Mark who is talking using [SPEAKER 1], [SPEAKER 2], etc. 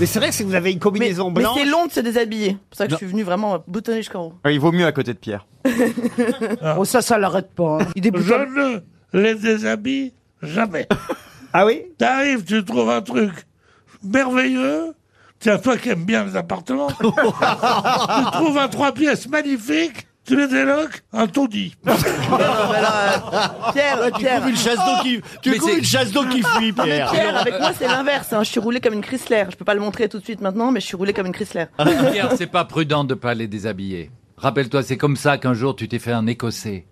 [SPEAKER 1] Mais c'est vrai que si vous avez une combinaison blanche.
[SPEAKER 2] c'est long de se déshabiller. C'est pour ça que je suis venue vraiment boutonner jusqu'en haut.
[SPEAKER 3] Il vaut mieux à côté de Pierre.
[SPEAKER 4] Oh, ça, ça l'arrête pas. hein. Il est
[SPEAKER 5] Je ne les déshabille jamais.
[SPEAKER 1] Ah oui
[SPEAKER 5] T'arrives, tu trouves un truc merveilleux. Tiens, toi qui aimes bien les appartements, tu trouves un trois pièces magnifique, tu les déloques, un taudis.
[SPEAKER 2] Pierre, Pierre,
[SPEAKER 6] Une chasse d'eau qui, tu
[SPEAKER 3] Mais
[SPEAKER 6] couves
[SPEAKER 3] c'est-
[SPEAKER 6] une chasse d'eau qui fuit, Pierre.
[SPEAKER 2] Pierre, avec moi c'est l'inverse. hein. Je suis roulée comme une Chrysler. Je peux pas le montrer tout de suite maintenant, mais je suis roulée comme une Chrysler.
[SPEAKER 7] Pierre, c'est pas prudent de pas les déshabiller. Rappelle-toi, c'est comme ça qu'un jour tu t'es fait un écossais.